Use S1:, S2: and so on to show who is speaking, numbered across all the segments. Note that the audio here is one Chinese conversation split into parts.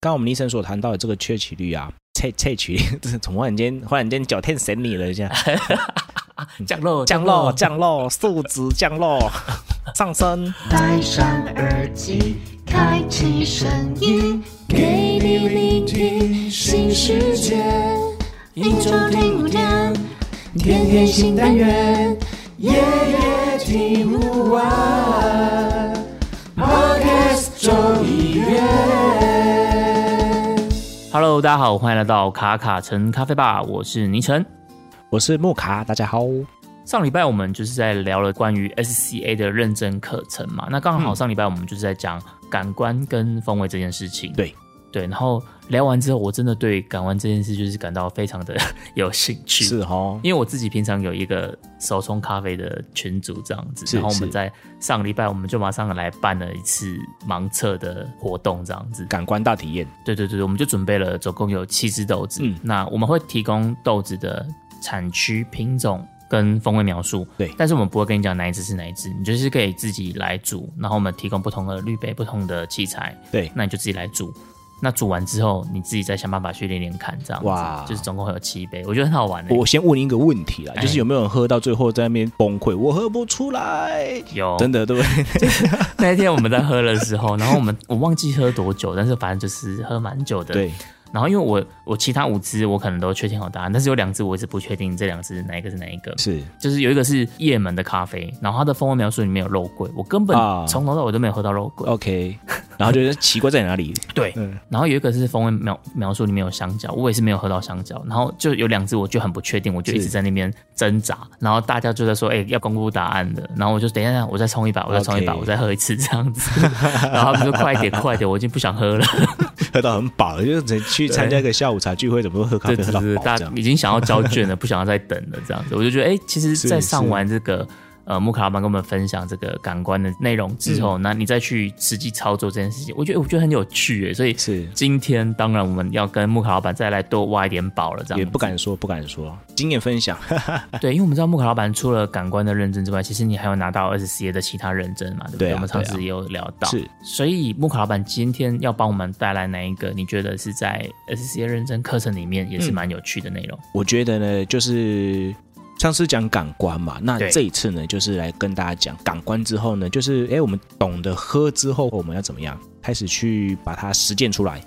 S1: 刚我们医生所谈到的这个缺取率啊，萃萃取率，这是怎么忽然间忽然间脚天神你了一下，
S2: 降落
S1: 降落降落，数值降 落，上升。
S3: 戴上耳机，开启声音，给你聆听新世界。一周听五天，天天新单元，夜夜听不完。Podcast 周一月。
S2: Hello，大家好，欢迎来到卡卡城咖啡吧，我是倪晨。
S1: 我是木卡，大家好。
S2: 上礼拜我们就是在聊了关于 SCA 的认证课程嘛，那刚好
S1: 嗯
S2: 上礼拜我们就是在讲感官跟风味这件事情。
S1: 对
S2: 对，然后聊完之后，我真的对感官这件事就是感到非常的 有兴趣。
S1: 是哦，
S2: 因为我自己平常有一个手冲咖啡的群组这样子，
S1: 是
S2: 然后我们
S1: 是
S2: 在上礼拜我们就马上来办了一次盲测的活动这样子。
S1: 感官大体验，
S2: 对对对，我们就准备了总共有七只豆子，
S1: 嗯
S2: 那我们会提供豆子的产区、品种跟风味描述，
S1: 对
S2: 但是我们不会跟你讲哪一只是哪一只，你就是可以自己来煮，然后我们提供不同的滤杯、不同的器材，
S1: 对
S2: 那你就自己来煮。那煮完之后，你自己再想办法去连连看，这样子，
S1: 哇
S2: 就是总共会有七杯，我觉得很好玩、欸。
S1: 我先问你一个问题啦，
S2: 哎
S1: 就是有没有人喝到最后在那边崩溃？我喝不出来，
S2: 有
S1: 真的对不对？
S2: 那一天我们在喝的时候，然后我们我忘记喝多久，但是反正就是喝蛮久的。
S1: 对。
S2: 然后因为我我其他五只我可能都确定好答案，但是有两只我一直不确定这两只哪一个是哪一个。
S1: 是
S2: 就是有一个是叶门的咖啡，然后它的风味描述里面有肉桂，我根本
S1: 啊
S2: 从头到尾都没有喝到肉桂。
S1: OK，然后就是奇怪在哪里？
S2: 对，
S1: 哦嗯
S2: 然后有一个是风味描描述里面有香蕉，我也是没有喝到香蕉。然后就有两只我就很不确定，我就一直
S1: 是
S2: 在那边挣扎。然后大家就在说，哎、要公布答案的。然后我就等一下，我再冲一把，我再冲一把
S1: OK
S2: 我再喝一次这样子。 然后他们说快一点，快一点，我已经不想喝了。
S1: 喝到很饱，就是只去参加一个下午茶聚会，怎么会喝咖
S2: 对
S1: 啡喝
S2: 对
S1: 到
S2: 对，对
S1: 饱
S2: 大
S1: 这
S2: 家
S1: 样？
S2: 已经想要交卷了，不 想要再等了这样子。我就觉得，哎、其实，
S1: 是
S2: 在上
S1: 是
S2: 完这个呃木卡老板跟我们分享这个感官的内容之
S1: 嗯
S2: 后，那你再去实际操作这件事情，我觉得哎我觉得很有趣耶。所以
S1: 是
S2: 今天当然我们要跟木卡老板再来多挖一点宝了，这样
S1: 也
S2: 子
S1: 不敢说，不敢说，经验分享
S2: 对，因为我们知道木卡老板除了感官的认证之外，其实你还有拿到 SCA 的其他认证嘛，对不对？
S1: 对啊
S2: 我们上次
S1: 对啊
S2: 也有聊到。
S1: 是，
S2: 所以木卡老板今天要帮我们带来哪一个？你觉得是在 SCA 认证课程里面
S1: 嗯
S2: 也是蛮有趣的内容？
S1: 我觉得呢，就是上次讲感官嘛，那
S2: 对
S1: 这一次呢，就是来跟大家讲感官之后呢，就是哎，我们懂得喝之后，我们要怎么样开始去把它实践出来？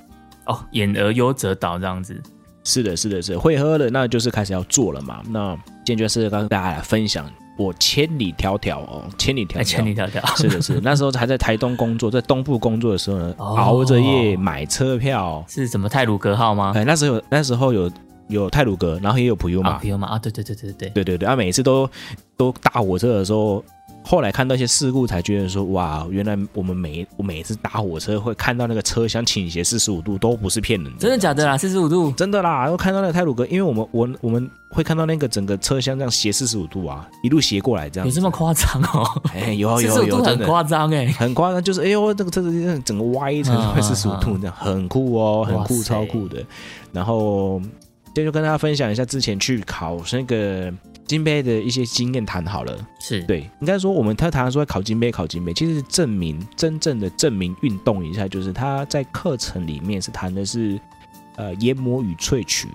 S2: 哦，演而优则导这样子。
S1: 是的，是的，是的会喝的，那就是开始要做了嘛。那今天就是跟大家来分享我千里迢迢哦，千里迢
S2: 哎，千
S1: 迢
S2: 里。迢迢，
S1: 是的，是的，那时候还在台东工作，在东部工作的时候呢，
S2: 哦
S1: 熬着夜买车票。
S2: 是什么泰鲁格号吗？
S1: 哎，那时候有那时候有有泰鲁格，然后也有普悠
S2: 啊，
S1: 玛
S2: 不，用嘛啊，对对对对对对，
S1: 对对对，啊，每次都都搭火车的时候，后来看到一些事故，才觉得说，哇，原来我们每我每次搭火车会看到那个车厢倾斜四十五度，都不是骗人的，
S2: 真的假的啦？四十五度，
S1: 真的啦，我看到那个泰鲁格，因为我们我我们会看到那个整个车厢这样斜四十五度啊，一路斜过来这样
S2: 有
S1: 子。
S2: 这么夸张哦？
S1: 哎，有
S2: 四
S1: 有
S2: 十五
S1: 有
S2: 度
S1: 真
S2: 很
S1: 的
S2: 夸张哎，
S1: 很夸张，就是哎呦，这个车子整个歪成
S2: 嗯
S1: 快四十五
S2: 嗯
S1: 度这样，很酷哦，很
S2: 哇
S1: 酷，
S2: 塞
S1: 超酷的。然后这就跟大家分享一下之前去考那个金杯的一些经验谈好了。
S2: 是，
S1: 对，应该说我们他常常说考金杯，考金杯，其实证明真正的证明运动一下，就是他在课程里面是谈的是呃研磨与萃取，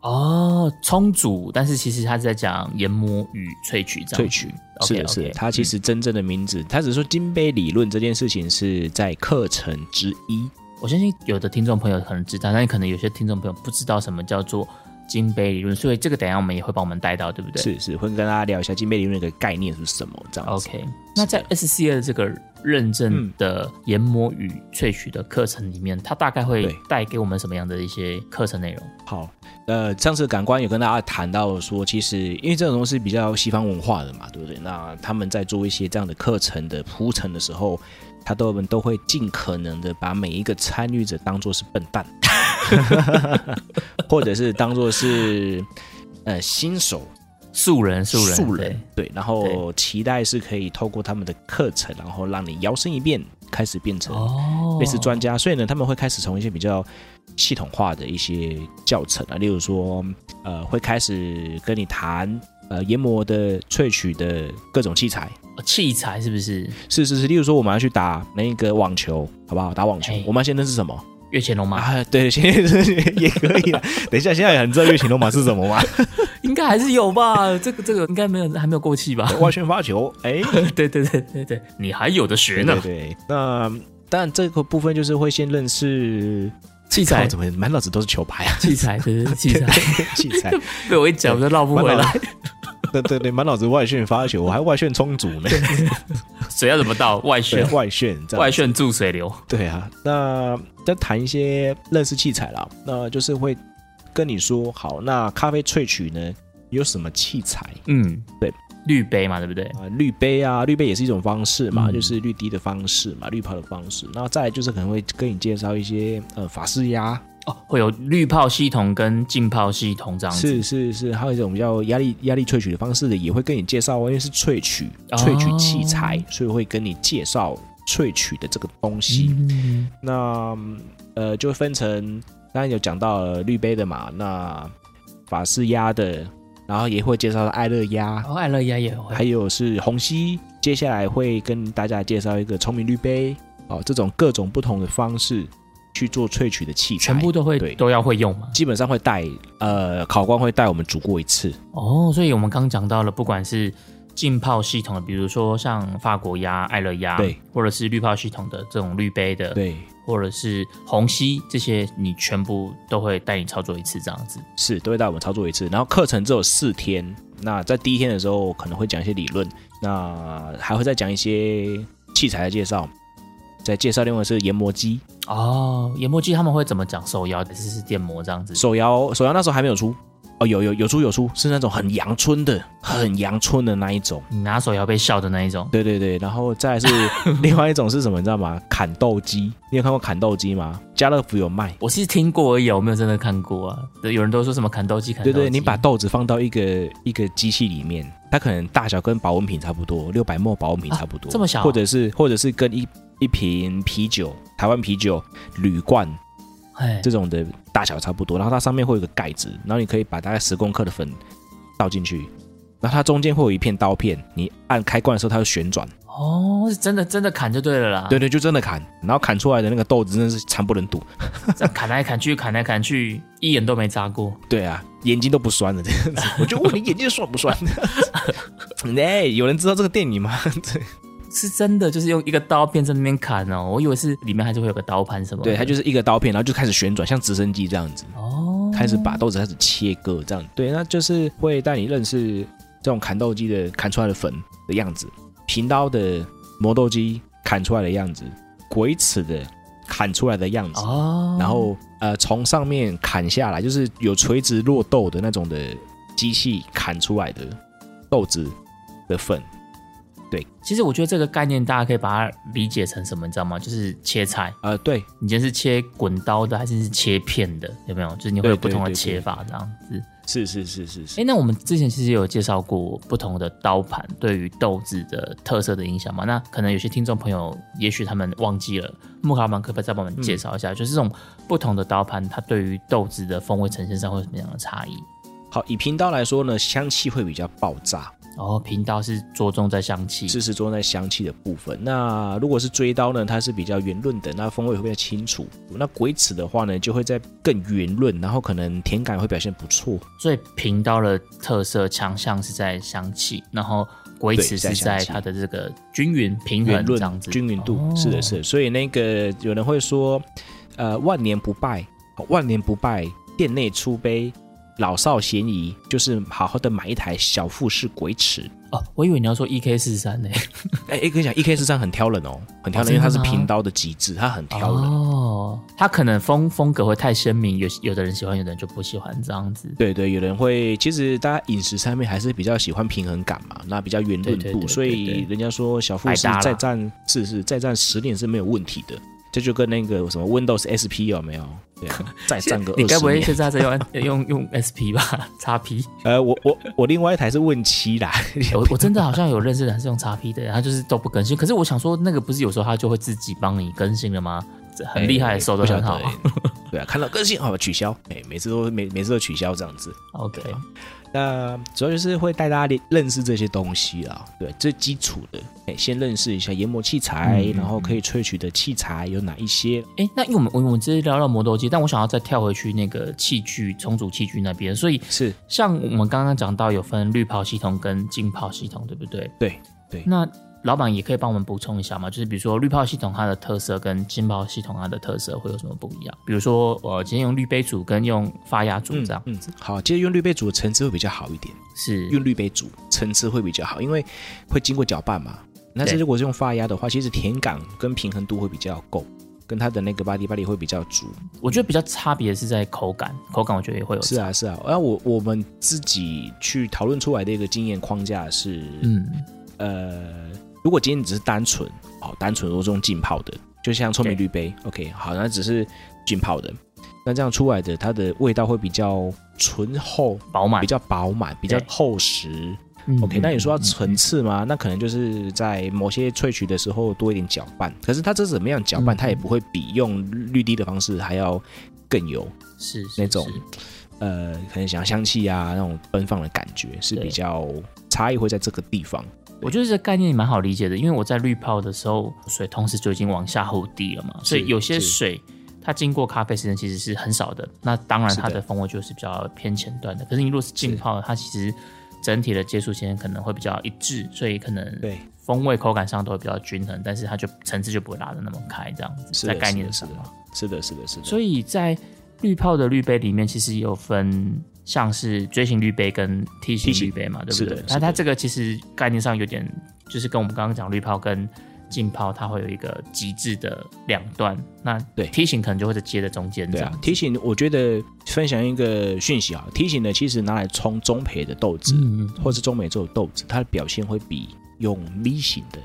S2: 哦，冲煮，但是其实他是在讲研磨与萃取这样子，
S1: 萃取是的，
S2: OK，OK，
S1: 是的。它其
S2: 嗯
S1: 实真正的名字，它只是说金杯理论这件事情是在课程之一。
S2: 我相信有的听众朋友可能知道，但可能有些听众朋友不知道什么叫做金杯理论，所以这个等一下我们也会帮我们带到，对不对？
S1: 是是，会跟大家聊一下金杯理论的概念是什么这样子。
S2: OK，那在 SCA 的这个认证
S1: 嗯
S2: 的研磨与萃取的课程里面，它大概会
S1: 对
S2: 带给我们什么样的一些课程内容？
S1: 好，呃，上次感官有跟大家谈到说，其实因为这种东西比较西方文化的嘛，对不对？那他们在做一些这样的课程的铺陈的时候，他都们都会尽可能的把每一个参与者当做是笨 蛋，或者是当做是呃新手，
S2: 素人，素人，
S1: 素
S2: 对
S1: 人对，然后期待是可以透过他们的课程，然后让你摇身一变，开始变成
S2: 哦，
S1: 类似专家。所以呢，他们会开始从一些比较系统化的一些教程啊，例如说，呃，会开始跟你谈呃研磨的萃取的各种器材。
S2: 哦器材是不是？
S1: 是是是，例如说我们要去打那个网球，好不好？打网球，
S2: 哎
S1: 我们要先认识什么？
S2: 月前龙马、
S1: 啊， 对，现在是也可以啦。啊等一下，现在很知道月琴罗马是什么 吗？
S2: 应该还是有吧？ 这个这个应该没有还没有过气吧？
S1: 外旋发球，哎、
S2: 对对对对对，你还有的学
S1: 对
S2: 呢
S1: 对。对。那但这个部分就是会先认识
S2: 器
S1: 靠
S2: 材
S1: 怎么满脑子都是球拍啊，
S2: 器材对对对器 材，
S1: 器材，
S2: 被我一讲我就绕不回
S1: 满
S2: 来
S1: 脑， 对对对，满脑子外旋发球，我还外旋冲阻呢，
S2: 水要怎么倒？外
S1: 对
S2: 旋
S1: 外旋这样
S2: 外旋注水流，
S1: 对啊，那再谈一些认识器材啦，那就是会跟你说，好，那咖啡萃取呢有什么器材
S2: 嗯，
S1: 对，
S2: 滤杯嘛，对不对？
S1: 啊、滤杯啊，滤杯也是一种方式嘛，
S2: 嗯
S1: 就是滤滴的方式嘛，滤泡的方式。那再来就是可能会跟你介绍一些呃法式压，
S2: 哦，会有滤泡系统跟浸泡系统这样子
S1: 是。是是，还有一种叫压力压力萃取的方式的，也会跟你介绍哦，因为是萃取
S2: 哦
S1: 萃取器材，所以会跟你介绍萃取的这个东西。
S2: 嗯
S1: 那嗯呃，就分成刚才有讲到了滤杯的嘛，那法式压的，然后也会介绍到爱乐压，
S2: 哦，爱乐压也会
S1: 还有是虹吸。接下来会跟大家介绍一个聪明滤杯，哦，这种各种不同的方式去做萃取的器材，
S2: 全部都会
S1: 对
S2: 都要会用嘛。
S1: 基本上会带呃考官会带我们煮过一次，
S2: 哦，所以我们刚讲到了，不管是浸泡系统的，比如说像法国鸭、爱乐鸭，
S1: 对，
S2: 或者是滤泡系统的这种滤杯的，，
S1: 对，
S2: 或者是虹吸这些，你全部都会带你操作一次这样子。
S1: 是都会带我们操作一次。然后课程只有四天，那在第一天的时候可能会讲一些理论，那还会再讲一些器材的介绍，再介绍另外是研磨机，
S2: 哦，研磨机他们会怎么讲手摇，还是是电磨这样子？
S1: 手摇手摇那时候还没有出哦，有有有出有出，是那种很阳春的，很阳春的那一种。
S2: 你拿手摇被笑的那一种，
S1: 对对对，然后再来是另外一种是什么，你知道吗？砍豆机，你有看过砍豆机吗？家乐福有卖。
S2: 我是听过而已，啊我没有真的看过啊。对有人都说什么砍豆机，砍豆
S1: 对
S2: 机，
S1: 对，你把豆子放到一个一个机器里面，它可能大小跟保温瓶差不多，六百沫保温瓶差不多，
S2: 啊这么小
S1: 或者是或者是跟一一瓶啤酒，台湾啤酒铝罐
S2: 哎
S1: 这种的大小差不多，然后它上面会有个盖子，然后你可以把大概十公克的粉倒进去，然后它中间会有一片刀片，你按开罐的时候它会旋转，
S2: 哦，是真的真的砍就对了啦。
S1: 对，对，就真的砍，然后砍出来的那个豆子真的是惨不忍睹，
S2: 这样砍来砍去，砍来砍去，一眼都没眨过。
S1: 对啊，眼睛都不酸了这样子，我就问你眼睛酸不 酸？ 哎、有人知道这个电影吗？
S2: 是真的，就是用一个刀片在那边砍哦，我以为是里面还是会有个刀盘什么的。
S1: 对，它就是一个刀片，然后就开始旋转，像直升机这样子，
S2: 哦，
S1: 开始把豆子开始切割这样。对，那就是会带你认识这种砍豆机的砍出来的粉的样子，平刀的磨豆机砍出来的样子，鬼齿的砍出来的样子，
S2: 哦，
S1: 然后呃从上面砍下来，就是有垂直落豆的那种的机器砍出来的豆子的粉。
S2: 其实我觉得这个概念大家可以把它理解成什么，你知道吗？就是切菜，
S1: 呃，对，
S2: 你今天是切滚刀的还是是切片的，有没有？就是你会有不同的切法这样子。
S1: 是是是是是
S2: 哎，。那我们之前其实有介绍过不同的刀盘对于豆子的特色的影响嘛？那可能有些听众朋友，也许他们忘记了，木卡老板可不可以再帮我们介绍一下？就是这种不同的刀盘，它对于豆子的风味呈现上会有什么样的差异？
S1: 好，以平刀来说呢，香气会比较爆炸。
S2: 然后频道哦是着重在香气，
S1: 支持中在香气的部分。那如果是追刀呢，它是比较圆润的，那风味会比较清楚。那鬼齿的话呢，就会在更圆润，然后可能甜感会表现不错。
S2: 所以频道的特色强项是在香气，然后鬼齿
S1: 对在
S2: 是
S1: 香
S2: 在
S1: 气
S2: 它的这个均匀平
S1: 圆
S2: 衡这样
S1: 润、
S2: 子，
S1: 均匀度，
S2: 哦
S1: 是的，是的。所以那个有人会说，呃，万年不败，哦万年不败，店内出杯，老少咸宜，就是好好的买一台小富士鬼齿。
S2: 哦。我以为你要说 E K 四三呢，
S1: 哎、哎，跟你讲，E K 十三很挑人哦，很挑人，
S2: 哦真的
S1: 因为它是
S2: 吗
S1: 平刀的极致，它很挑人。
S2: 哦，它可能风风格会太鲜明，有有的人喜欢，有的人就不喜欢这样子。
S1: 对对，有人会，其实大家饮食上面还是比较喜欢平衡感嘛，那比较圆润
S2: 对对对
S1: 度，
S2: 对
S1: 所以
S2: 对
S1: 人家说小富
S2: 百
S1: 士
S2: 搭啦
S1: 再战是是再战十年是没有问题的，这就跟那个什么 Windows SP 有没有？对 啊，再战个
S2: 你该
S1: 二十
S2: 不会
S1: 年。
S2: 现在在 用用用 S P 吧？叉 P，
S1: 呃，我我我另外一台是 Win 七啦，
S2: 我我真的好像有认识的，还是用叉 P 的，他就是都不更新。可是我想说，那个不是有时候他就会自己帮你更新了吗？很厉 害，手都很好
S1: 不。晓得对啊，看到更新好吧取消，哎、每次都每每次都取消这样子。
S2: OK，
S1: 那主要就是会带大家认识这些东西啦，对，最基础的，哎、先认识一下研磨器材，
S2: 嗯嗯
S1: 然后可以萃取的器材有哪一些，
S2: 哎，那因为我们我们我们直接聊到磨豆机，但我想要再跳回去那个器具重组器具那边，所以
S1: 是
S2: 像我们刚刚讲到有分滤泡系统跟浸泡系统，对不对？
S1: 对对
S2: 那老板也可以帮我们补充一下嘛，就是比如说滤泡系统它的特色跟浸泡系统它的特色会有什么不一样？比如说我今天用滤杯组跟用发压组这样，
S1: 嗯，好，其实用滤杯煮的层次会比较好一点，
S2: 是
S1: 用滤杯煮层次会比较好，因为会经过搅拌嘛。但是
S2: 对
S1: 如果是用发压的话，其实甜感跟平衡度会比较够，跟它的那个巴 o 巴 y 会比较足。
S2: 我觉得比较差别是在口感，口感我觉得也会有
S1: 是啊，是啊。然后我我们自己去讨论出来的一个经验框架是，
S2: 嗯，
S1: 呃，如果今天你只是单纯，哦，单纯都是用浸泡的，就像聪明
S2: 对
S1: 绿杯，OK，好，那只是浸泡的，那这样出来的它的味道会比较醇厚，
S2: 饱满
S1: 比较饱满，比较
S2: 对
S1: 厚实。
S2: 嗯
S1: 啊 OK，那你说要
S2: 嗯
S1: 层次吗？那可能就是在某些萃取的时候多一点搅拌，可是它这怎么样搅拌，
S2: 嗯
S1: 它也不会比用绿滴的方式还要更有
S2: 是是
S1: 那种
S2: 嗯是
S1: 呃，可能想要香气啊那种奔放的感觉是
S2: 对
S1: 比较差异会在这个地方。
S2: 我觉得这个概念也蛮好理解的，因为我在滤泡的时候，水同时就已经往下后滴了嘛，所以有些
S1: 是
S2: 水它经过咖啡时间其实是很少的，那当然
S1: 是的
S2: 它的风味就是比较偏前段的。可是你如果是浸泡，它其实整体的接触时间可能会比较一致，所以可能
S1: 对，
S2: 风味口感上都会比较均衡，但是它就层次就不会拉的那么开，这样子
S1: 是
S2: 在
S1: 的
S2: 概念
S1: 是
S2: 上
S1: 的
S2: 嘛。
S1: 是的，是的，是的。
S2: 所以在滤泡的滤杯里面，其实也有分像是锥形滤杯跟梯形
S1: T 型
S2: 滤杯嘛，对
S1: 是
S2: 不
S1: 的
S2: 对？
S1: 是的
S2: 那它这个其实概念上有点，就是跟我们刚刚讲滤泡跟浸泡，它会有一个极致的两端。那
S1: 对
S2: 梯形可能就会在接在中间这
S1: 对
S2: 样
S1: 啊
S2: 子。，
S1: 提醒我觉得分享一个讯息啊，提醒呢其实拿来冲中培的豆子，
S2: 嗯嗯，
S1: 或是中美洲的豆子，它的表现会比用 V 型的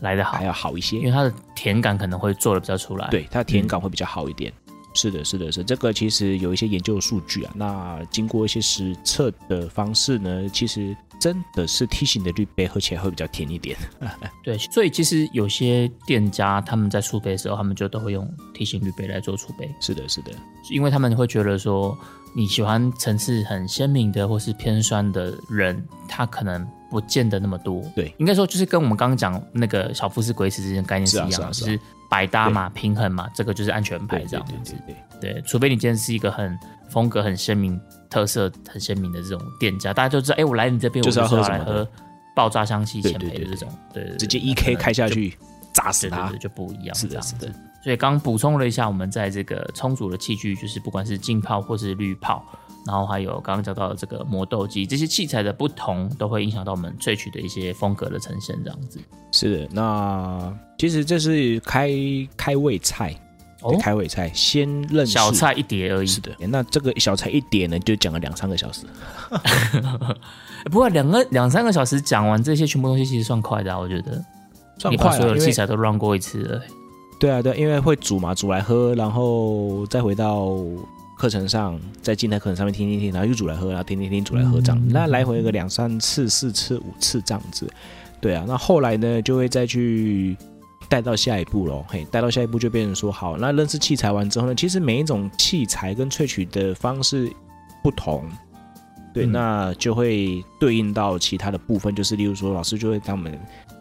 S2: 来得好
S1: 还，要好一
S2: 因
S1: 些。
S2: 为它的甜感可能会做的比较出来。，
S1: 对，它的甜感会比较好一点。
S2: 嗯
S1: 是的，是的，是的这个其实有一些研究数据啊，那经过一些实测的方式呢，其实真的是 T 型的绿杯喝起来会比较甜一点。
S2: 对，所以其实有些店家他们在出杯的时候，他们就都会用梯形滤杯来做出杯。
S1: 是的，是的，
S2: 因为他们会觉得说，你喜欢层次很鲜明的或是偏酸的人，他可能不见得那么多。
S1: 对
S2: 应该说就是跟我们刚刚讲那个小富士鬼使之间概念是一样的，
S1: 是啊是啊是啊
S2: 就是百搭嘛、平衡嘛，这个就是安全牌这样子
S1: 对。对对对
S2: 对，除非你今天是一个很风格很鲜明、特色很鲜明的这种店家，大家就知道，哎，我来你这边，我
S1: 就是要
S2: 是要
S1: 喝什
S2: 来
S1: 么
S2: 喝
S1: 的
S2: 爆炸香气
S1: 对
S2: 前
S1: 对
S2: 培的
S1: 对
S2: 这种，对对对，
S1: 直接
S2: 那
S1: E
S2: 可
S1: K
S2: 能
S1: 开下
S2: 就
S1: 去砸死
S2: 对对
S1: 它
S2: 对，。就不一样。
S1: 是的
S2: 这样
S1: 是的
S2: 子。所以刚补充了一下，我们在这个充足的器具，就是不管是浸泡或是滤泡，然后还有刚刚讲到的这个磨豆机，这些器材的不同，都会影响到我们萃取的一些风格的呈现。这样子
S1: 是的，那其实这是开开胃菜，
S2: 哦
S1: 开胃菜先认识
S2: 小。菜一碟而已。
S1: 是的，那这个小菜一点呢，就讲了两三个小时。
S2: 哎不过两个两三个小时讲完这些全部东西，其实算快的、啊，我觉得。
S1: 算
S2: 你把
S1: 快
S2: 所
S1: 了，
S2: 有的
S1: 因
S2: 器
S1: 为
S2: 材都 run 过一次了。
S1: 对啊，对啊，因为会煮嘛，煮来喝，然后再回到课程上，在静态课程上面听听听，然后又煮来喝，然后听听听，煮来喝这样，那来回个两三次、四次、五次这样子。对啊，那后来呢，就会再去带到下一步喽。嘿，带到下一步就变成说，好，那认识器材完之后呢，其实每一种器材跟萃取的方式不同，对，
S2: 嗯
S1: 那就会对应到其他的部分，就是例如说，老师就会带我们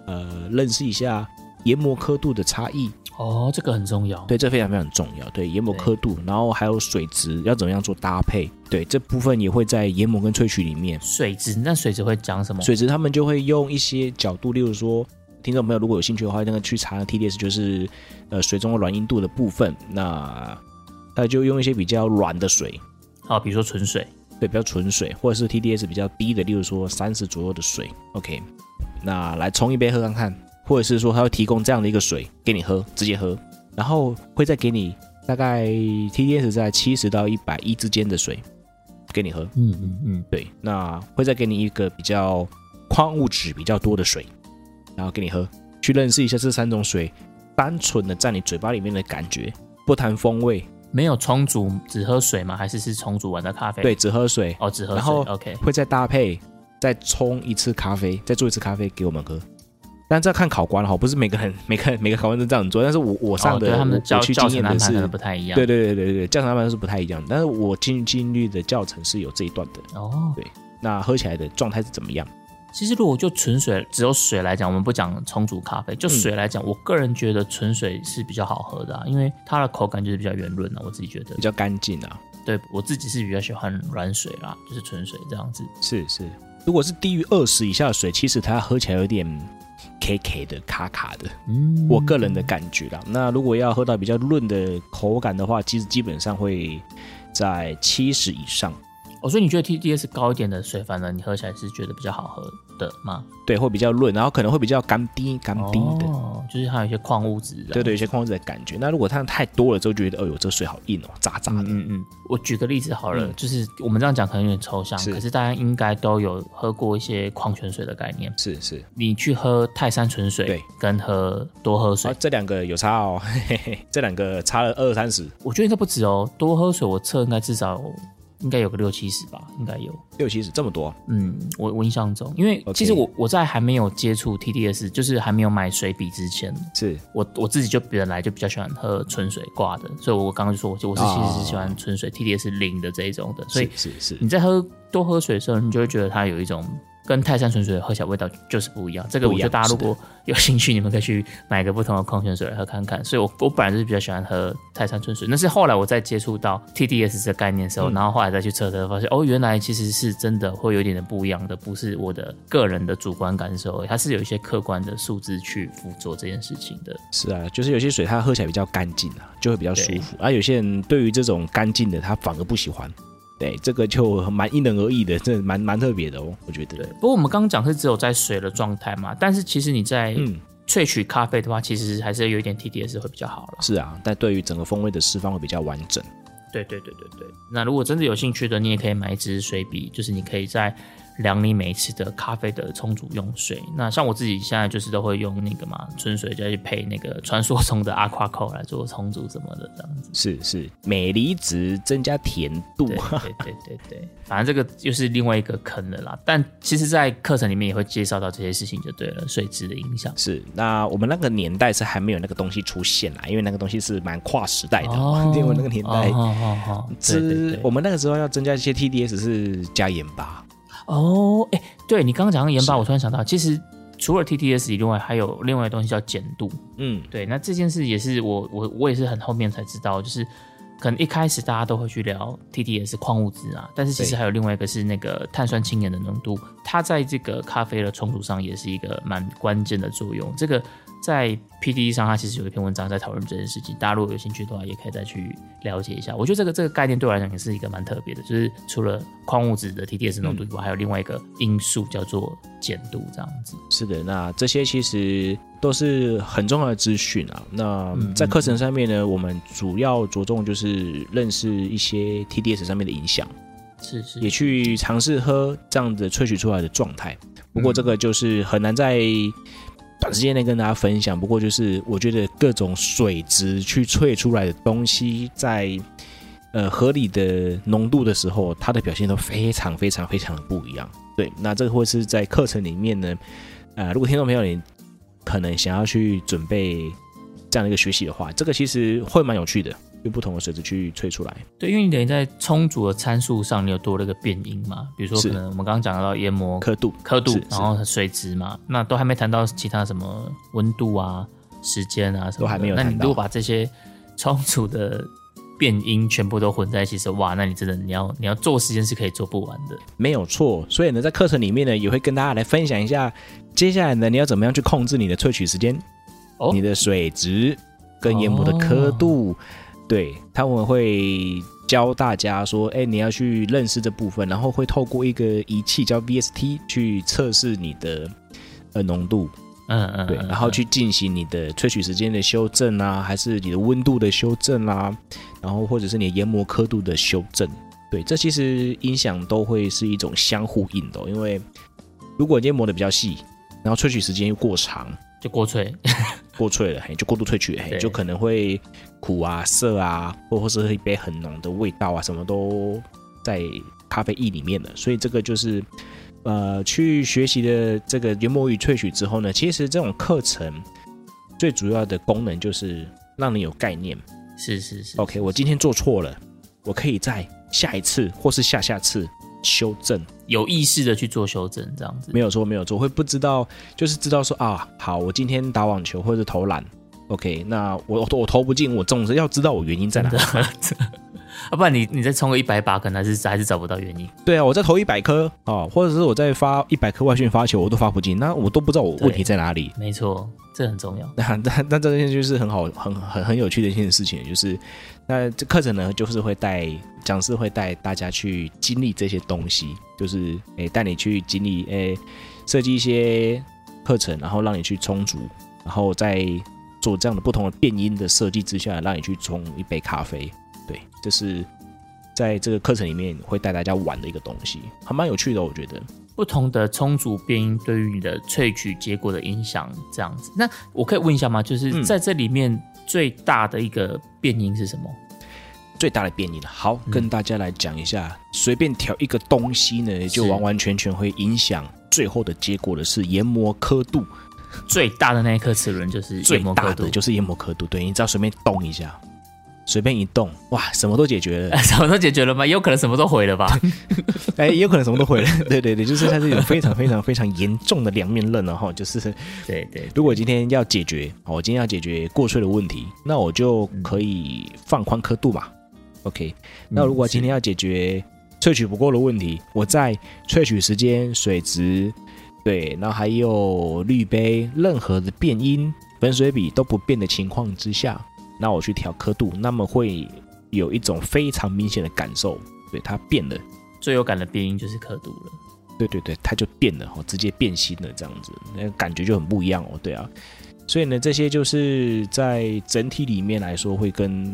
S1: 呃认识一下研磨刻度的差异，
S2: 哦，这个很重要。
S1: 对，这非常非常重要。对，研磨
S2: 对
S1: 刻度，然后还有水质要怎么样做搭配，对，这部分也会在研磨跟萃取里面。
S2: 水质，那水质会讲什么？
S1: 水质他们就会用一些角度，例如说，听众朋友如果有兴趣的话，那个去查 TDS 就是呃水中的软硬度的部分，那他就用一些比较软的水，
S2: 哦，比如说纯水。
S1: 对，比较纯水，或者是 TDS 比较低的，例如说三十左右的水，OK，那来冲一杯喝看看，或者是说他会提供这样的一个水给你喝，直接喝，然后会再给你大概 TDS 在七十到一百一之间的水给你喝，
S2: 嗯嗯嗯，
S1: 对，那会再给你一个比较矿物质比较多的水，然后给你喝，去认识一下这三种水，单纯的在你嘴巴里面的感觉，不谈风味，
S2: 没有冲煮，只喝水吗？还是是冲煮完的咖啡？
S1: 对，只喝水，
S2: 哦，只喝水
S1: 然后
S2: OK，
S1: 会再搭配，再冲一次咖啡，再做一次咖啡给我们喝。但这要看考官了哈，不是每个人 每个每个考官都这样做。但是我我上
S2: 哦、对
S1: 的、
S2: 他们的
S1: 我
S2: 教
S1: 我去
S2: 教
S1: 经
S2: 程
S1: 验
S2: 安
S1: 的
S2: 排
S1: 是
S2: 可能不太一样。
S1: 对对对对对，教程安排是不太一样的。但是我经经历的教程是有这一段的，
S2: 哦，
S1: 那喝起来的状态是怎么样？
S2: 其实如果就纯水只有水来讲，我们不讲冲煮咖啡，
S1: 嗯
S2: 就水来讲，我个人觉得纯水是比较好喝的、啊，因为它的口感就是比较圆润啊的、我自己觉得
S1: 比。较干净啊，
S2: 对我自己是比较喜欢软水啦，就是纯水这样子。
S1: 是是。如果是低于二十以下的水，其实它喝起来有点 K K 的、卡卡的，
S2: 嗯，
S1: 我个人的感觉啦。那如果要喝到比较润的口感的话，其实基本上会在七十以上，
S2: 哦，所以你觉得 TDS 高一点的水，反而你喝起来是觉得比较好喝的吗？
S1: 对，会比较润，然后可能会比较干滴干滴的。
S2: 哦，就是它有一些矿物质啊的。
S1: 对对，有些矿物质的感觉。那如果它太多了之后，就觉得哦哟，这水好硬哦，渣渣的。
S2: 嗯嗯嗯，我举个例子好了，
S1: 嗯
S2: 就是我们这样讲可能有点抽象，
S1: 是
S2: 可是大家应该都有喝过一些矿泉水的概念。
S1: 是是，
S2: 你去喝泰山纯水
S1: 对，
S2: 跟喝多喝水
S1: 啊，，这两个有差哦，嘿嘿嘿，这两个差了二三十，
S2: 我觉得应该不止哦。多喝水我测应该至少应该有个六七十吧，应该有。
S1: 六七十这么多。
S2: 嗯，我我印象中，因为
S1: OK
S2: 其实我我在还没有接触 TDS，就是还没有买水笔之前，
S1: 是
S2: 我我自己就本来就比较喜欢喝纯水挂的，所以我刚刚就说我就我是其实是喜
S1: 啊
S2: 欢纯水 TDS 零的这一种的，所以嗯
S1: 是是是
S2: 你，在喝多喝水的时候，你就会觉得它有一种跟泰山纯水喝起来味道就是不一样。这个我
S1: 不一
S2: 觉
S1: 样
S2: 得大家如果有兴趣，你们可以去买个不同的矿泉水来喝看看。所以我我本来就是比较喜欢喝泰山纯水，但是后来我在接触到 TDS 这个概念的时
S1: 嗯
S2: 候，然后后来再去测测，发现哦，原来其实是真的会有一点点不一样的，不是我的个人的主观感受而已，它是有一些客观的数字去辅佐这件事情的。
S1: 是啊，就是有些水它喝起来比较干净啊，就会比较舒服。而、有些人对于这种干净的，他反而不喜欢。对，这个就蛮因人而异的，这蛮蛮特别的哦，我觉得。
S2: 不过我们刚刚讲是只有在水的状态嘛，但是其实你在
S1: 嗯，
S2: 萃取咖啡的话，其实还是有一点 TDS 会比较好了。
S1: 是啊，但对于整个风味的释放会比较完整。
S2: 对对对对对。那如果真的有兴趣的，你也可以买一支水笔，就是你可以在量你每一次的咖啡的冲煮用水。那像我自己现在就是都会用那个嘛纯水，再去配那个传说中的 Aqua c o 来做冲煮什么的这样子。
S1: 是是，镁离子增加甜度
S2: 对。对对对对，反正这个又是另外一个坑了啦。但其实，在课程里面也会介绍到这些事情就对了，水质的影响。
S1: 是，那我们那个年代是还没有那个东西出现啦，因为那个东西是蛮跨时代的， 因为那个年代
S2: 哦哦哦哦，对对
S1: 是
S2: 对
S1: 我。们那个时候要增加一些 TDS 是加盐巴，
S2: 哦，哎、对你刚刚讲到盐巴，
S1: 是
S2: 我突然想到，其实除了 TTS 以外，还有另外的东西叫碱度。
S1: 嗯，
S2: 对，那这件事也是我我我也是很后面才知道，就是可能一开始大家都会去聊 TTS 矿物质啊，但是其实
S1: 对
S2: 还有另外一个是那个碳酸氢盐的浓度，它在这个咖啡的冲煮上也是一个蛮关键的作用。这个在 PDE 上，它其实有一篇文章在讨论这件事情，大家如果有兴趣的话，也可以再去了解一下。我觉得这个这个概念对我来讲也是一个蛮特别的，就是除了矿物质的 TTS 浓度以外，还有另外一个因素叫做碱度，这样子。
S1: 是的，那这些其实都是很重要的资讯啊。那
S2: 嗯
S1: 在课程上面呢，我们主要着重就是认识一些 TDS 上面的影响，
S2: 是是，
S1: 也去尝试喝这样子萃取出来的状态。不过这个就是很难在短时间内跟大家分享。不过就是我觉得各种水质去萃出来的东西在，呃合理的浓度的时候，它的表现都非常非常非常的不一样。对，那这个会是在课程里面呢，呃，如果听众朋友你可能想要去准备这样的一个学习的话，这个其实会蛮有趣的，用不同的水质去萃出来。
S2: 对，因为你等于在充足的参数上，你有多了一个变因嘛，比如说
S1: 是
S2: 可能我们刚刚讲到研磨
S1: 刻度
S2: 刻度
S1: 是是，
S2: 然后水质嘛，那都还没谈到其他什么温度啊、时间啊什么的，
S1: 都还没有
S2: 那
S1: 谈
S2: 你如果
S1: 到
S2: 把这些充足的变因全部都混在一起时，哇，那你真的你要你要做实验是可以做不完的。
S1: 没有错。所以呢，在课程里面呢，也会跟大家来分享一下，接下来呢，你要怎么样去控制你的萃取时间、
S2: 哦
S1: 你的水质跟研磨的刻度。对，他们会教大家说，哎，你要去认识这部分，然后会透过一个仪器叫 VST 去测试你的。呃，浓度
S2: 嗯嗯，
S1: 对，
S2: 嗯
S1: 然后去进行你的萃取时间的修正啊，还是你的温度的修正啊，然后或者是你的研磨刻度的修正，对，这其实影响都会是一种相互应的哦、因为如果研磨的比较细，然后萃取时间又过长，
S2: 就过萃，
S1: 过萃了，嘿，就过度萃取了，嘿，
S2: 对
S1: 就可能会苦啊、涩啊，或或是喝一杯很浓的味道啊，什么都在咖啡液里面了。所以这个就是呃去学习的这个研磨与萃取之后呢，其实这种课程最主要的功能就是让你有概念。
S2: 是是是
S1: OK，我今天做错了，我可以在下一次或是下下次修正。
S2: 有意识的去做修正，这样子
S1: 没有错，没有错，会不知道，就是知道说啊，好，我今天打网球或者投篮，OK，那我我投不进，我中是要知道我原因在哪。
S2: 啊，不然你你再冲个一百把，可能还是还是找不到原因。
S1: 对啊，我再投一百颗啊，或者是我再发一百颗外旋发球，我都发不进，那我都不知道我问题在哪里。
S2: 没错，这很重要。
S1: 那那那这件就是很好，很很很有趣的一件事情，就是那这课程呢，就是会带讲师会带大家去经历这些东西，就是诶带你去经历诶设计一些课程，然后让你去充足，然后再做这样的不同的变音的设计之下，让你去冲一杯咖啡。对，这是在这个课程里面会带大家玩的一个东西，还蛮有趣的，我觉得。
S2: 不同的充足变音对于你的萃取结果的影响，这样子。那我可以问一下吗？就是
S1: 嗯
S2: 在这里面最大的一个变音是什么？
S1: 最大的变异了。好，
S2: 嗯
S1: 跟大家来讲一下，随便调一个东西呢，就完完全全会影响最后的结果的是研磨刻度，
S2: 最大的那一颗齿轮就是
S1: 最
S2: 研磨
S1: 大
S2: 刻
S1: 的
S2: 度，
S1: 就是研磨刻度。对，你只要随便动一下，随便一动，哇，什么都解决了
S2: 。什么都解决了吗？有可能什么都毁了吧？
S1: 哎，也有可能什么都毁 了。对对对，就是它是一种非常非常非常严重的两面刃了哈，就是
S2: 对对，
S1: 如果今天要解决，好我今天要解决过税的问题，那我就可以放宽刻度嘛。OK，那如果
S2: 嗯
S1: 今天要解决萃取不够的问题，我在萃取时间、水质，对，然后还有滤杯，任何的变音、粉水比都不变的情况之下，那我去调刻度，那么会有一种非常明显的感受，对，它变了。
S2: 最有感的变音就是刻度了。
S1: 对对对，它就变了哦，直接变心了这样子，那个感觉就很不一样哦，对啊。所以呢，这些就是在整体里面来说，会跟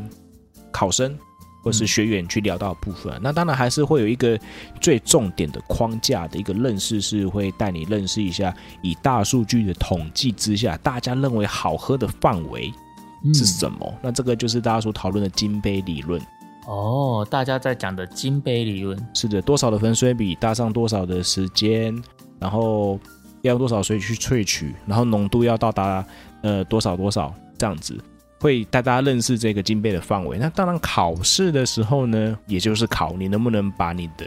S1: 考生或是学员去聊到的部分啊。那当然还是会有一个最重点的框架的一个认识，是会带你认识一下，以大数据的统计之下，大家认为好喝的范围
S2: 嗯
S1: 是什么？那这个就是大家所讨论的金杯理论。
S2: 哦，大家在讲的金杯理论，
S1: 是的，多少的粉水比搭上多少的时间，然后要用多少水去萃取，然后浓度要到达呃多少多少这样子，会带大家认识这个金杯的范围。那当然考试的时候呢，也就是考你能不能把你的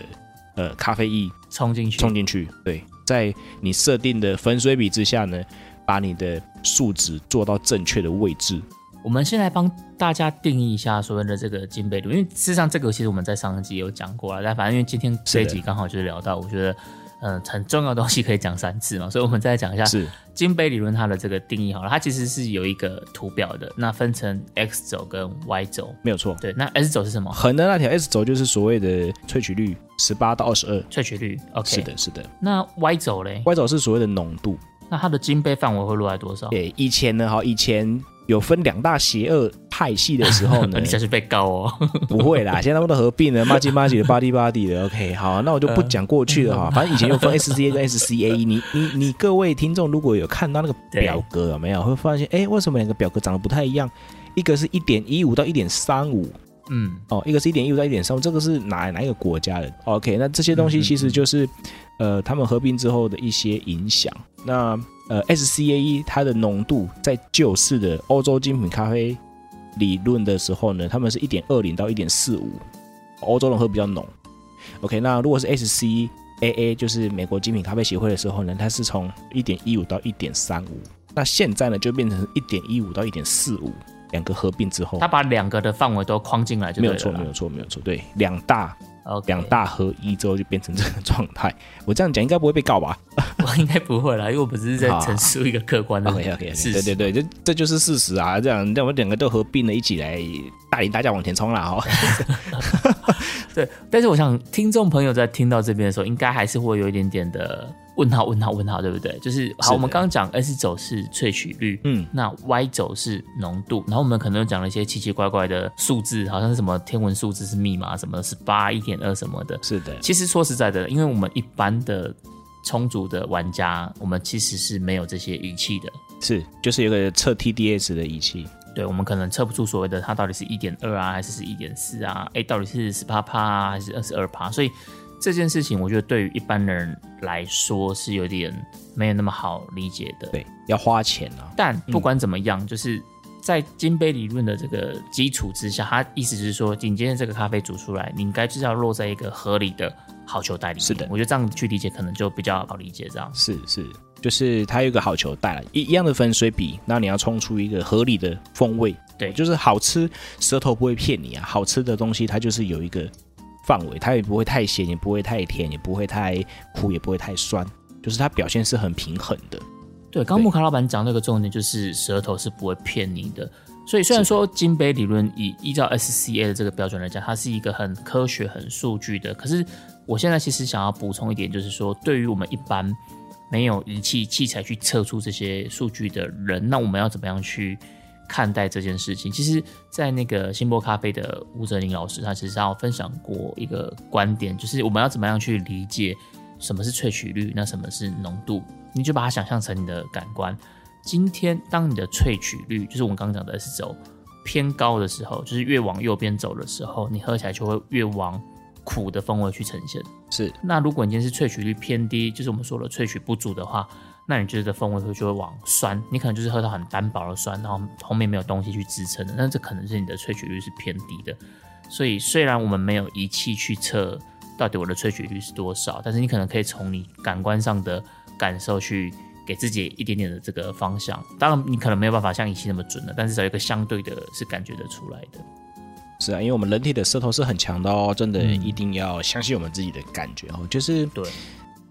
S1: 呃咖啡液
S2: 冲进去，
S1: 冲进去，对，在你设定的粉水比之下呢，把你的数值做到正确的位置。
S2: 我们先来帮大家定义一下所谓的这个金杯理论，因为事实上这个其实我们在上一集有讲过了，但反正因为今天这一
S1: 是
S2: 集
S1: 的
S2: 刚好就是聊到，我觉得嗯、呃很重要的东西可以讲三次嘛，所以我们再讲一下
S1: 嗯是
S2: 金杯理论它的这个定义好了，它其实是有一个图表的，那分成 x 轴跟 y 轴，
S1: 没有错。
S2: 对，那 s 轴是什么？
S1: 横的那条 S 轴就是所谓的萃取率十八到二十二。
S2: 萃取率，OK，
S1: 是。的，是的。
S2: 那 y 轴嘞？
S1: 歪轴是所谓的浓度。
S2: 那它的金杯范围会落在多少？
S1: 对，以前呢，哈，以前有分两大邪恶派系的时候呢
S2: 你，小心被告哦。
S1: 不会啦，现在他们都合并了，骂鸡骂鸡的，巴蒂巴蒂的。OK，好，那我就不讲过去了哈，反正以前有分 SCA 跟 SCAE，你你你各位听众如果有看到那个
S2: 对
S1: 表格有没有，会发现哎，为什么两个表格长得不太一样？一个是一点一五到一点三五，
S2: 嗯，
S1: 哦，一个是一点一五到一点三，这个是哪哪一个国家的？OK，那这些东
S2: 嗯嗯
S1: 西
S2: 嗯
S1: 其实就是、呃他们合并之后的一些影响。那呃 SCAE 它的浓度在旧式的欧洲精品咖啡理论的时候呢，他们是一点二零到一点四五，欧洲人会比较浓。OK，那如果是 SCAA 就是美国精品咖啡协会的时候呢，它是从一点一五到一点三五，那现在呢就变成一点一五到一点四五，两个合并之后
S2: 它。把两个的范围都框进来就
S1: 没
S2: 对
S1: 有
S2: 了
S1: 错，没有错，没有错。对，两大
S2: 有
S1: 两，大合一之后就变成这个状态。我这样讲应该不会被告吧
S2: 我应该不会啦，因为我们只是在陈述一个客观的
S1: ？OK OK，
S2: 事
S1: 对
S2: 实。
S1: 对对，这这就是事实啊。这样，那我们两个都合并了一起来带领大家往前冲 啦。哦。
S2: 对，但是我想听众朋友在听到这边的时候，应该还是会有一点点的问号、问号、问号，对不对？就是
S1: 是
S2: 好，
S1: 的
S2: 我们刚刚讲 S 轴是萃取率，
S1: 嗯，
S2: 那 Y 轴是浓度，然后我们可能又讲了一些奇奇怪怪的数字，好像是什么天文数字是密码什么十八一点二什么的。
S1: 是的，
S2: 其实说实在的，因为我们一般的充足的玩家，我们其实是没有这些仪器的。
S1: 是就是有个测 TDS 的仪器，
S2: 对，我们可能测不出所谓的它到底是一点二啊，还是是一点四啊？哎，到底是十八趴啊，还是二十二趴？所以这件事情，我觉得对于一般人来说是有点没有那么好理解的。
S1: 对，要花钱啊。
S2: 但不管怎么样，就是在金杯理论的这个基础之下，它意思就是说，你今天这个咖啡煮出来，你应该至少落在一个合理的好球袋里面。
S1: 是的
S2: 我觉得这样去理解可能就比较好理解。这样，
S1: 是是，就是它有一个好球带了，一一样的粉水比，那你要冲出一个合理的风味。
S2: 对
S1: 就是好吃，舌头不会骗你啊。好吃的东西它就是有一个范围，它也不会太咸，也不会太甜，也不会太苦，也不会太酸，就是它表现是很平衡的。
S2: 对，刚刚
S1: 对
S2: 木卡老板讲那个重点就是舌头是不会骗你的。所以虽然说金杯理论以依照 SCA 的这个标准来讲，它是一个很科学、很数据的。可是我现在其实想要补充一点，就是说对于我们一般没有仪器器材去测出这些数据的人，那我们要怎么样去看待这件事情？其实，在那个星波咖啡的吴哲林老师，他其实他有分享过一个观点，就是我们要怎么样去理解什么是萃取率，那什么是浓度，你就把它想象成你的感官。今天当你的萃取率，就是我们刚刚讲的 S 轴偏高的时候，就是越往右边走的时候，你喝起来就会越往苦的风味去呈现。
S1: 是
S2: 那如果你今天是萃取率偏低，就是我们说的萃取不足的话，那你觉得风味会就会往酸，你可能就是喝到很单薄的酸，然后后面没有东西去支撑的，那这可能是你的萃取率是偏低的。所以虽然我们没有仪器去测到底我的萃取率是多少，但是你可能可以从你感官上的感受去给自己一点点的这个方向。当然，你可能没有办法像仪器那么准的，但至少有一个相对的是感觉得出来的。
S1: 是啊，因为我们人体的舌头是很强的哦，真的一定要相信我们自己的感觉哦。就是
S2: 对，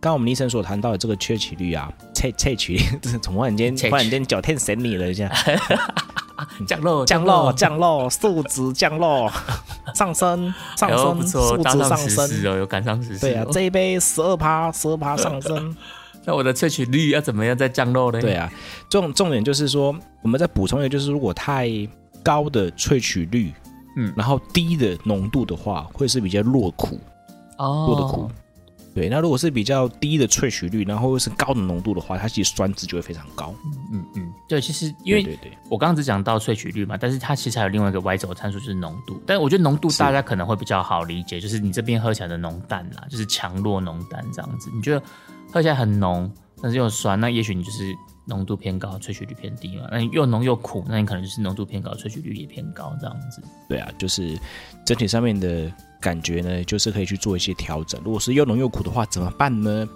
S1: 刚刚我们医生所谈到的这个萃取率啊，萃萃取率， 这突然间
S2: 萃取
S1: 突然间脚天神你了一下，
S2: 降落
S1: 降落降落，数值降落，上 升上
S2: 哎呦
S1: 升，
S2: 不
S1: 数
S2: 错，搭
S1: 值上
S2: 上时
S1: 升
S2: 事。哦，有赶上时事、哦。
S1: 对啊，这一杯十二趴，十二趴上 升。
S2: 那我的萃取率要怎么样再降落呢？
S1: 对，啊，重重点就是说，我们再补充一个，就是如果太高的萃取率，
S2: 嗯
S1: 然后低的浓度的话，会是比较落苦，
S2: 哦，
S1: 落的苦。对，那如果是比较低的萃取率，然后又是高的浓度的话，它其实酸值就会非常高。
S2: 嗯嗯，对，其实因为
S1: 对对对
S2: 我刚刚只讲到萃取率嘛，但是它其实还有另外一个 Y 轴参数就是浓度，但我觉得浓度大家可能会比较好理解，就是你这边喝起来的浓淡啦，就是强弱浓淡这样子。你觉得喝起来很浓，但是又酸，那也许你就是浓度偏高，萃取率偏低嘛。那你又浓又苦，那你可能就是浓度偏高，萃取率也偏高这样子。
S1: 对啊，就是整体上面的感觉呢，就是可以去做一些调整。如果是又浓又苦的话，怎么办呢？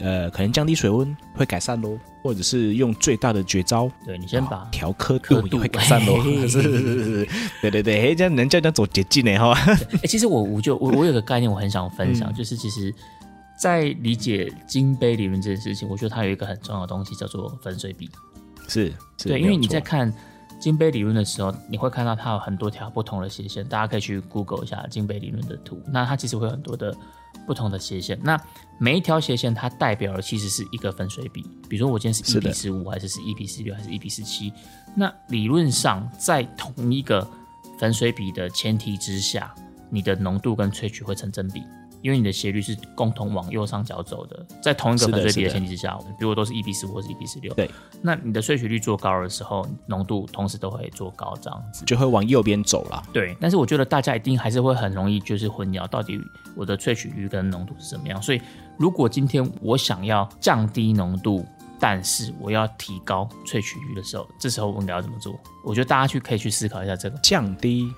S1: 呃，可能降低水温会改善喽，或者是用最大的绝招啊
S2: 对你先把
S1: 调刻度
S2: 刻
S1: 也
S2: 度
S1: 会改善喽。
S2: 嘿嘿
S1: 是
S2: 嘿
S1: 是是是，对对对，嘿，这样能叫人家走捷径呢哈。
S2: 哎、其实我我就我我有个概念，我很想分
S1: 嗯
S2: 享，就是其实，在理解金杯理论这件事情，我觉得它有一个很重要的东西叫做粉水比。
S1: 是是，
S2: 对，
S1: 没
S2: 因为
S1: 有
S2: 你在
S1: 错
S2: 看金杯理论的时候，你会看到它有很多条不同的斜线，大家可以去 Google 一下金杯理论的图。那它其实会有很多的不同的斜线，那每一条斜线它代表的其实是一个分水比。比如说我今天是
S1: 是
S2: 一
S1: 的
S2: 比十五，还是是一比十六，还是一比十七？那理论上在同一个分水比的前提之下，你的浓度跟萃取会成正比。因为你的斜率是共同往右上角走的，在同一
S1: 是
S2: 个
S1: 的
S2: 分水比的
S1: 是的
S2: 前提之下，比如我都是一比十五或是一比十六，
S1: 对，
S2: 那你的萃取率做高的时候，浓度同时都会做高，这样子。
S1: 就会往右边走啦。
S2: 对，但是我觉得大家一定还是会很容易就是混淆，到底我的萃取率跟浓度是怎么样。所以，如果今天我想要降低浓度，但是我要提高萃取率的时候，这时候我应该要怎么做？我觉得大家去可以去思考一下这个。
S1: 降低，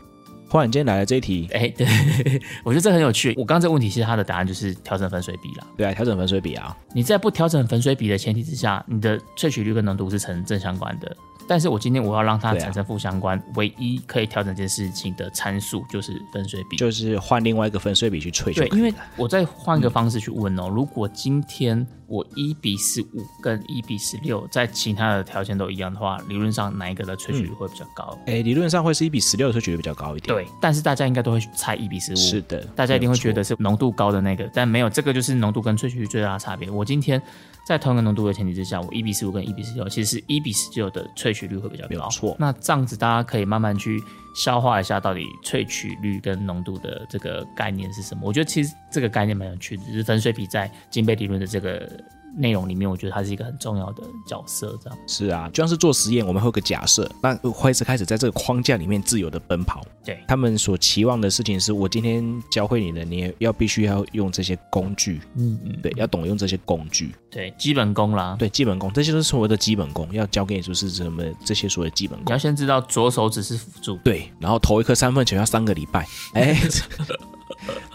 S1: 忽然间来了这一题，
S2: 哎、对， 我觉得这很有趣。我刚刚这个问题，其实它的答案就是调整分水比啦。
S1: 对啊，调整粉水比啊，
S2: 你在不调整粉水比的前提之下，你的萃取率跟浓度是呈正相关的。但是我今天我要让它
S1: 对啊
S2: 产生负相关，唯一可以调整这件事情的参数就是分水比。
S1: 就是换另外一个粉水比去萃取。
S2: 对，因为我再换
S1: 嗯
S2: 一个方式去问哦，如果今天我一比十五跟一比十六，在其他的条件都一样的话，理论上哪一个的萃
S1: 嗯
S2: 取率会比较高？
S1: 哎，理论上会是一比十六的萃取率比较高一点。
S2: 对，但是大家应该都会猜一比十五，
S1: 是的，
S2: 大家一定会
S1: 没有错
S2: 觉得是浓度高的那个，但没有，这个就是浓度跟萃取率最大的差别。我今天在同一个浓度的前提之下，我一比十五跟一比十六，其实是一比十九的萃取率会比较
S1: 没
S2: 高
S1: 有。错
S2: 那这样子大家可以慢慢去消化一下，到底萃取率跟浓度的这个概念是什么？我觉得其实这个概念蛮有趣的，就是分水比在金杯理论的这个内容里面，我觉得它是一个很重要的角色。这样，
S1: 是啊，就像是做实验，我们会有个假设，那会是开始在这个框架里面自由的奔跑。
S2: 对，
S1: 他们所期望的事情是我今天教会你的，你也要必须要用这些工具，
S2: 嗯嗯，
S1: 对，要懂用这些工具，
S2: 对，基本功啦。
S1: 对，基本功，这些都是所谓的基本功，要教给你说是什么这些所谓的基本
S2: 你
S1: 功
S2: 要。先知道左手只是辅助，
S1: 对，然后投一颗三分球要三个礼 拜，哎，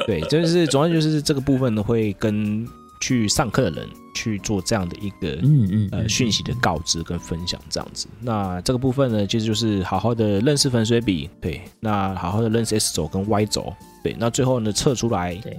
S1: 对，就是主要就是这个部分呢，会跟去上课的人去做这样的一个
S2: 嗯嗯，
S1: 呃讯息的告知跟分享这样子。那这个部分呢，其实就是好好的认识粉水比，对，那好好的认识 S 轴跟 Y 轴，对，那最后呢测出来
S2: 对，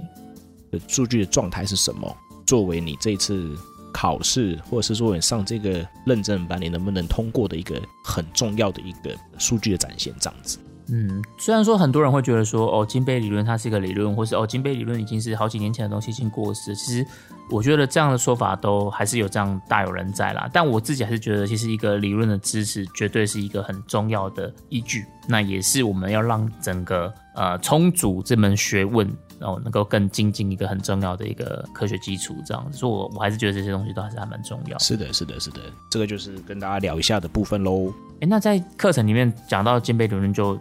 S1: 的数据的状态是什么，作为你这一次考试或者是说你上这个认证班，你能不能通过的一个很重要的一个数据的展现这样子。
S2: 嗯，虽然说很多人会觉得说，哦，金杯理论它是一个理论，或是哦，金杯理论已经是好几年前的东西，已经过时。其实我觉得这样的说法都还是有这样大有人在啦。但我自己还是觉得，其实一个理论的支持绝对是一个很重要的依据，那也是我们要让整个呃充足这门学问。然后能够更精进一个很重要的一个科学基础，这样子，所以我我还是觉得这些东西都还是还蛮重要的。
S1: 是的，是的，是的，这个就是跟大家聊一下的部分喽。
S2: 哎，那在课程里面讲到金杯理论就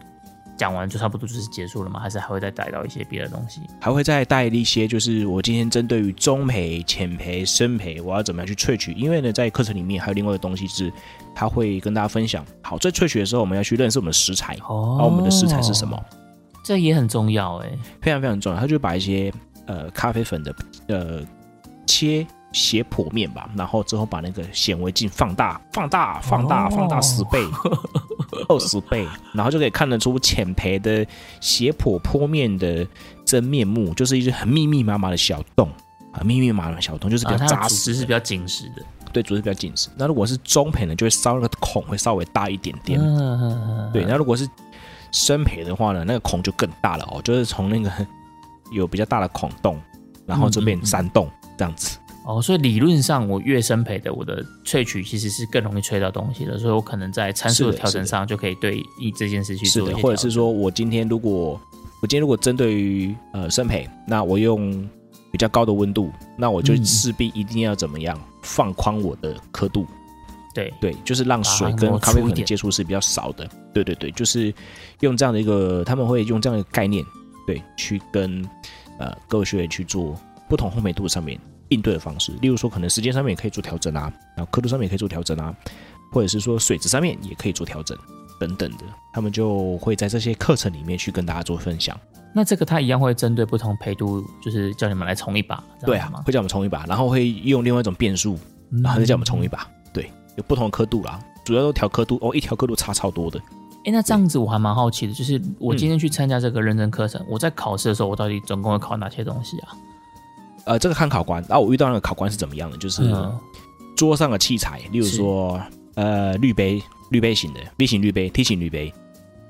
S2: 讲完就差不多就是结束了吗？还是还会再带到一些别的东西？
S1: 还会再带一些，就是我今天针对于中培、浅培、深培，我要怎么样去萃取？因为呢，在课程里面还有另外一个东西是，他会跟大家分享。好，在萃取的时候，我们要去认识我们的食材，
S2: 哦
S1: 而我们的食材是什么，？
S2: 这也很重要哎。
S1: 非常非常重要。他就把一些呃咖啡粉的呃切斜剖面吧，然后之后把那个显微镜放大、放大、放大、
S2: 哦
S1: 放大十 倍、二十倍，然后就可以看得出浅培的斜坡坡面的真面目，就是一些很密密麻麻的小洞啊，密密麻麻的小洞，就是比
S2: 啊，
S1: 较
S2: 它
S1: 扎
S2: 的组织
S1: 实
S2: 是比
S1: 的，
S2: 较紧实的。
S1: 对，组织比较紧实。那如果是中培呢，就会稍那个孔会稍微大一点点，
S2: 嗯
S1: 对。那如果是深培的话呢，那个孔就更大了哦，就是从那个 有比较大的孔洞，然后这
S2: 嗯嗯
S1: 边
S2: 嗯
S1: 山洞这样子。
S2: 哦，所以理论上我越深培的，我的萃取其实是更容易萃到东西的，所以我可能在参数
S1: 是
S2: 的
S1: 的
S2: 调整上就可以对一这件事去
S1: 是
S2: 做一
S1: 的，
S2: 些
S1: 或者是
S2: 调
S1: 说我今天如果我今天如果针对于呃生培，那我用比较高的温度，那我就
S2: 嗯
S1: 势必一定要怎么样放宽我的刻度，
S2: 整对
S1: 对，就是让水
S2: 把它
S1: 跟
S2: 挪
S1: 咖啡
S2: 出
S1: 粉
S2: 一
S1: 的
S2: 点
S1: 接触是比较少的，对对对，就是用这样的一个他们会用这样的概念，对，去跟呃各位学员去做不同烘焙度上面应对的方式，例如说可能时间上面也可以做调整啊，然后刻度上面也可以做调整啊，或者是说水质上面也可以做调整等等的，他们就会在这些课程里面去跟大家做分享。
S2: 那这个它一样会针对不同培度，就是叫你们来冲一把，这
S1: 对
S2: 样
S1: 啊
S2: 子吗，嗯
S1: 会叫我们冲一把，然后会用另外一种变数，然后再叫我们冲一把。对，有不同的刻度啦，主要都调刻度哦，一调刻度差超多的。
S2: 哎，那这样子我还蛮好奇的，就是我
S1: 嗯
S2: 今天去参加这个认证课程，我在考试的时候，我到底总共会考哪些东西啊？
S1: 呃，这个看考官。啊，我遇到那个考官是怎么样的？就是
S2: 嗯，
S1: 桌上的器材，例如
S2: 是
S1: 说呃滤杯、滤杯型的 V 型滤杯、T 型滤杯，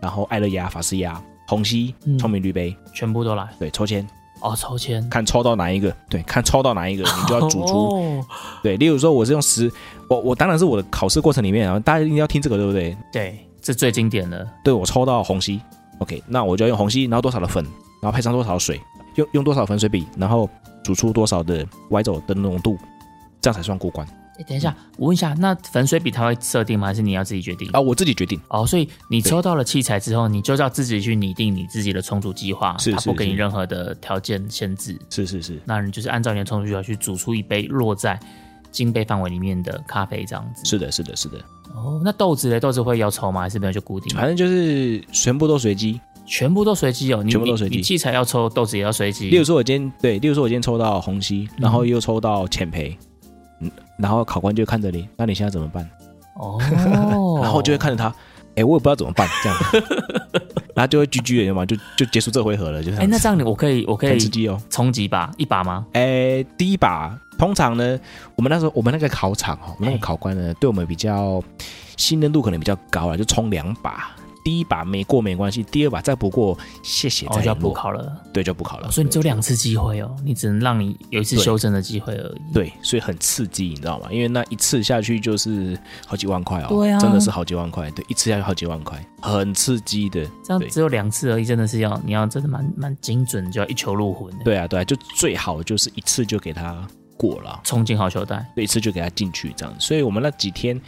S1: 然后艾乐压、法式压、虹吸
S2: 嗯、
S1: 聪明滤杯，
S2: 全部都来
S1: 对，抽签
S2: 哦，抽签，
S1: 看抽到哪一个，对，看抽到哪一个，你 就要煮出
S2: 哦，
S1: 对，例如说我是用十，我我当然是我的考试过程里面，然后大家一定要听这个，对不对？
S2: 对，这最经典的，
S1: 对我抽到虹吸，OK，那我就要用虹吸，然后多少的粉，然后配上多少的水，用用多少粉水比，然后煮出多少的 Y 轴的浓度，这样才算过关
S2: 哎，等一下，我问一下，那粉水笔它会设定吗？还是你要自己决定？
S1: 啊！我自己决定，
S2: 哦，所以你
S1: 对
S2: 抽到了器材之后，你就要自己去拟定你自己的充足计划，
S1: 是
S2: 它
S1: 是
S2: 不给你
S1: 是
S2: 任何的条件限制，
S1: 是是是
S2: 那你就是按照你的充足计划去煮出一杯落在金杯范围里面的咖啡这样子。
S1: 是的，是的，是的，
S2: 哦，那豆子嘞，豆子会要抽吗？还是没有就固定？
S1: 反正就是全部都随机。
S2: 全部都随机哦，你
S1: 全部都随机
S2: 你你器材要抽，豆子也要随机。
S1: 例如说，我今天对，例如说我今天抽到虹吸，然后又抽到浅培，嗯，然后考官就看着你，那你现在怎么办？，
S2: 哦
S1: 然后就会看着 他，哎，我也不知道怎么办，这样， 然后就会 GG 了嘛，就就结束这回合了，就这
S2: 哎、
S1: 样
S2: 那
S1: 子。
S2: 这样你我可以我可
S1: 很
S2: 以
S1: 刺激哦。
S2: 冲几把，一把吗？
S1: 诶，第一把通常呢，我们那时候我们那个考场哦，我们那个考官呢，对我们比较信任度可能比较高了，就冲两把。第一把没过没关系，第二把再不过，谢谢
S2: 哦
S1: 再
S2: 就要
S1: 联
S2: 补
S1: 络，
S2: 考了、
S1: 对，就不考了。
S2: 哦所以你只有
S1: 对
S2: 两次机会哦，你只能让你有一次
S1: 对
S2: 修正的机会而已。
S1: 对，所以很刺激，你知道吗？因为那一次下去就是好几万块哦，
S2: 对啊
S1: 真的是好几万块，对，一次下去好几万块，很刺激的。
S2: 这样
S1: 对
S2: 只有两次而已，真的是要你要真的蛮蛮精准，就要一球入魂。，
S1: 对啊，对啊，就最好就是一次就给他过了，
S2: 冲进好球带，
S1: 一次就给他进去这样。所以我们那几天，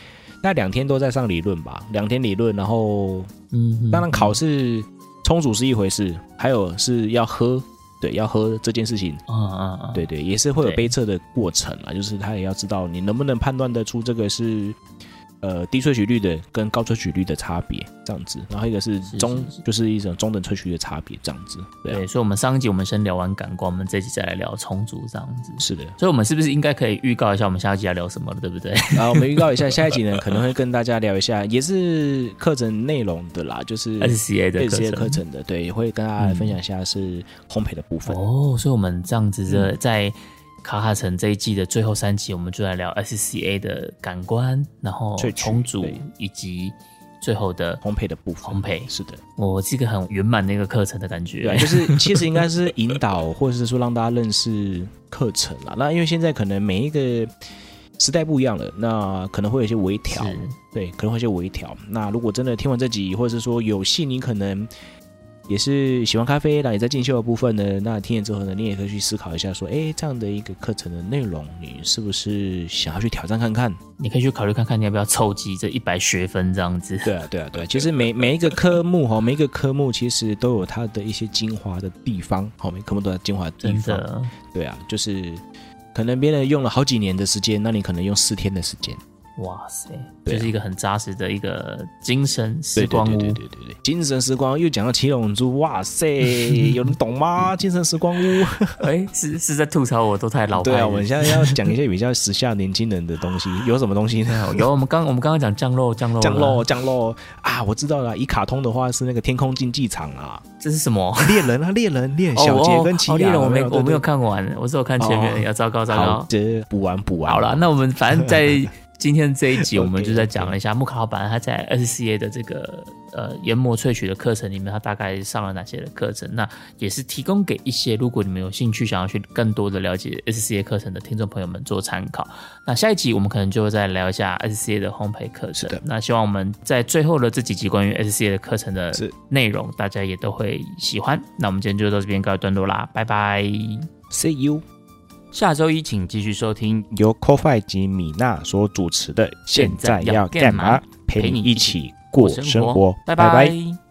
S1: 那两天都在上理论吧，两天理论，然后
S2: 嗯，
S1: 当然考试充足是一回事，还有是要喝，对，要喝这件事情，
S2: 嗯，嗯嗯嗯，
S1: 对对，也是会有
S2: 对
S1: 杯测的过程啊，就是他也要知道你能不能判断得出这个是呃低萃取率的跟高萃取率的差别这样子，然后一个是
S2: 是
S1: 中
S2: 是
S1: 就是一种中等萃取率的差别这样子，对啊、
S2: 对，所以我们上一集我们先聊完感官，我们这一集再来聊充足这样子。
S1: 是的。
S2: 所以，我们是不是应该可以预告一下我们下一集要聊什么了，对不对？
S1: 然后我们预告一下，下一集呢可能会跟大家聊一下，也是课程内容的啦，就是
S2: 二 C A 的
S1: 对
S2: 课
S1: 这些
S2: 程。
S1: 课程的，对，也会跟大家来分享一下是烘焙的部分。嗯
S2: 哦，所以我们这样子的在卡卡城这一季的最后三集，我们就来聊 SCA 的感官，然后
S1: 萃取
S2: 重组
S1: 对
S2: 以及最后的
S1: 烘焙的部分，
S2: 烘焙。
S1: 是的，
S2: 我是一个很圆满的一个课程的感
S1: 对啊、
S2: 觉。
S1: 就是其实应该是引导，或者是说让大家认识课程啦。那因为现在可能每一个时代不一样了，那可能会有一些微调，
S2: 是
S1: 对，可能会有一些微调。那如果真的听完这集，或者是说有幸你可能也是喜欢咖啡，那你在进修的部分呢，那听了之后呢，你也可以去思考一下，说，哎，这样的一个课程的内容，你是不是想要去挑战看看？
S2: 你可以去考虑看看你要不要凑齐这一百学分这样子。
S1: 对啊，对啊，对啊，其实 每每一个科目哈，每一个科目其实都有它的一些精华的地方，好，每个科目都有它精华的地
S2: 真
S1: 方。
S2: 的，
S1: 对啊，就是可能别人用了好几年的时间，那你可能用四天的时间。
S2: 哇塞，
S1: 对啊
S2: 就是一个很扎实的一个精神时
S1: 对对
S2: 光
S1: 对
S2: 屋。
S1: 对对对对，精神时光又讲到七龙珠，哇 塞，有人懂吗？精神时光屋。
S2: 哎，是是在吐槽我都太老派
S1: 对
S2: 了。
S1: 啊，我们现在要讲一些比较时下年轻人的东西，有什么东西呢？
S2: 哎 有我们刚我们刚刚讲降落降落
S1: 降落
S2: 了，
S1: 降落啊！我知道了，以卡通的话是那个天空竞技场啊，
S2: 这是什么？
S1: 猎人啊，猎人，猎人小杰跟奇
S2: 哦哦哦猎
S1: 亚
S2: 人我没
S1: 对
S2: 我没有
S1: 对
S2: 看完，我只有看前面，
S1: 哦
S2: 要糟糕糟
S1: 好
S2: 糕。
S1: 这补完补完。
S2: 好了，那我们反正在 今天这一集，我们
S1: OK，
S2: 就在讲了一下木卡老板他在 SCA 的这个呃研磨萃取的课程里面，他大概上了哪些的课程？那也是提供给一些如果你们有兴趣想要去更多的了解 SCA 课程的听众朋友们做参考。那下一集我们可能就会再聊一下 SCA 的烘焙课程
S1: 的。
S2: 那希望我们在最后的这几集关于 SCA 的课程的
S1: 是
S2: 内容，大家也都会喜欢。那我们今天就到这边告一段落啦，拜拜。
S1: ，See you。
S2: 下周一请继续收听
S1: 由 CoFi 及米娜所主持的《现在要干嘛》，陪你一起过生活。
S2: 拜
S1: 拜拜
S2: 拜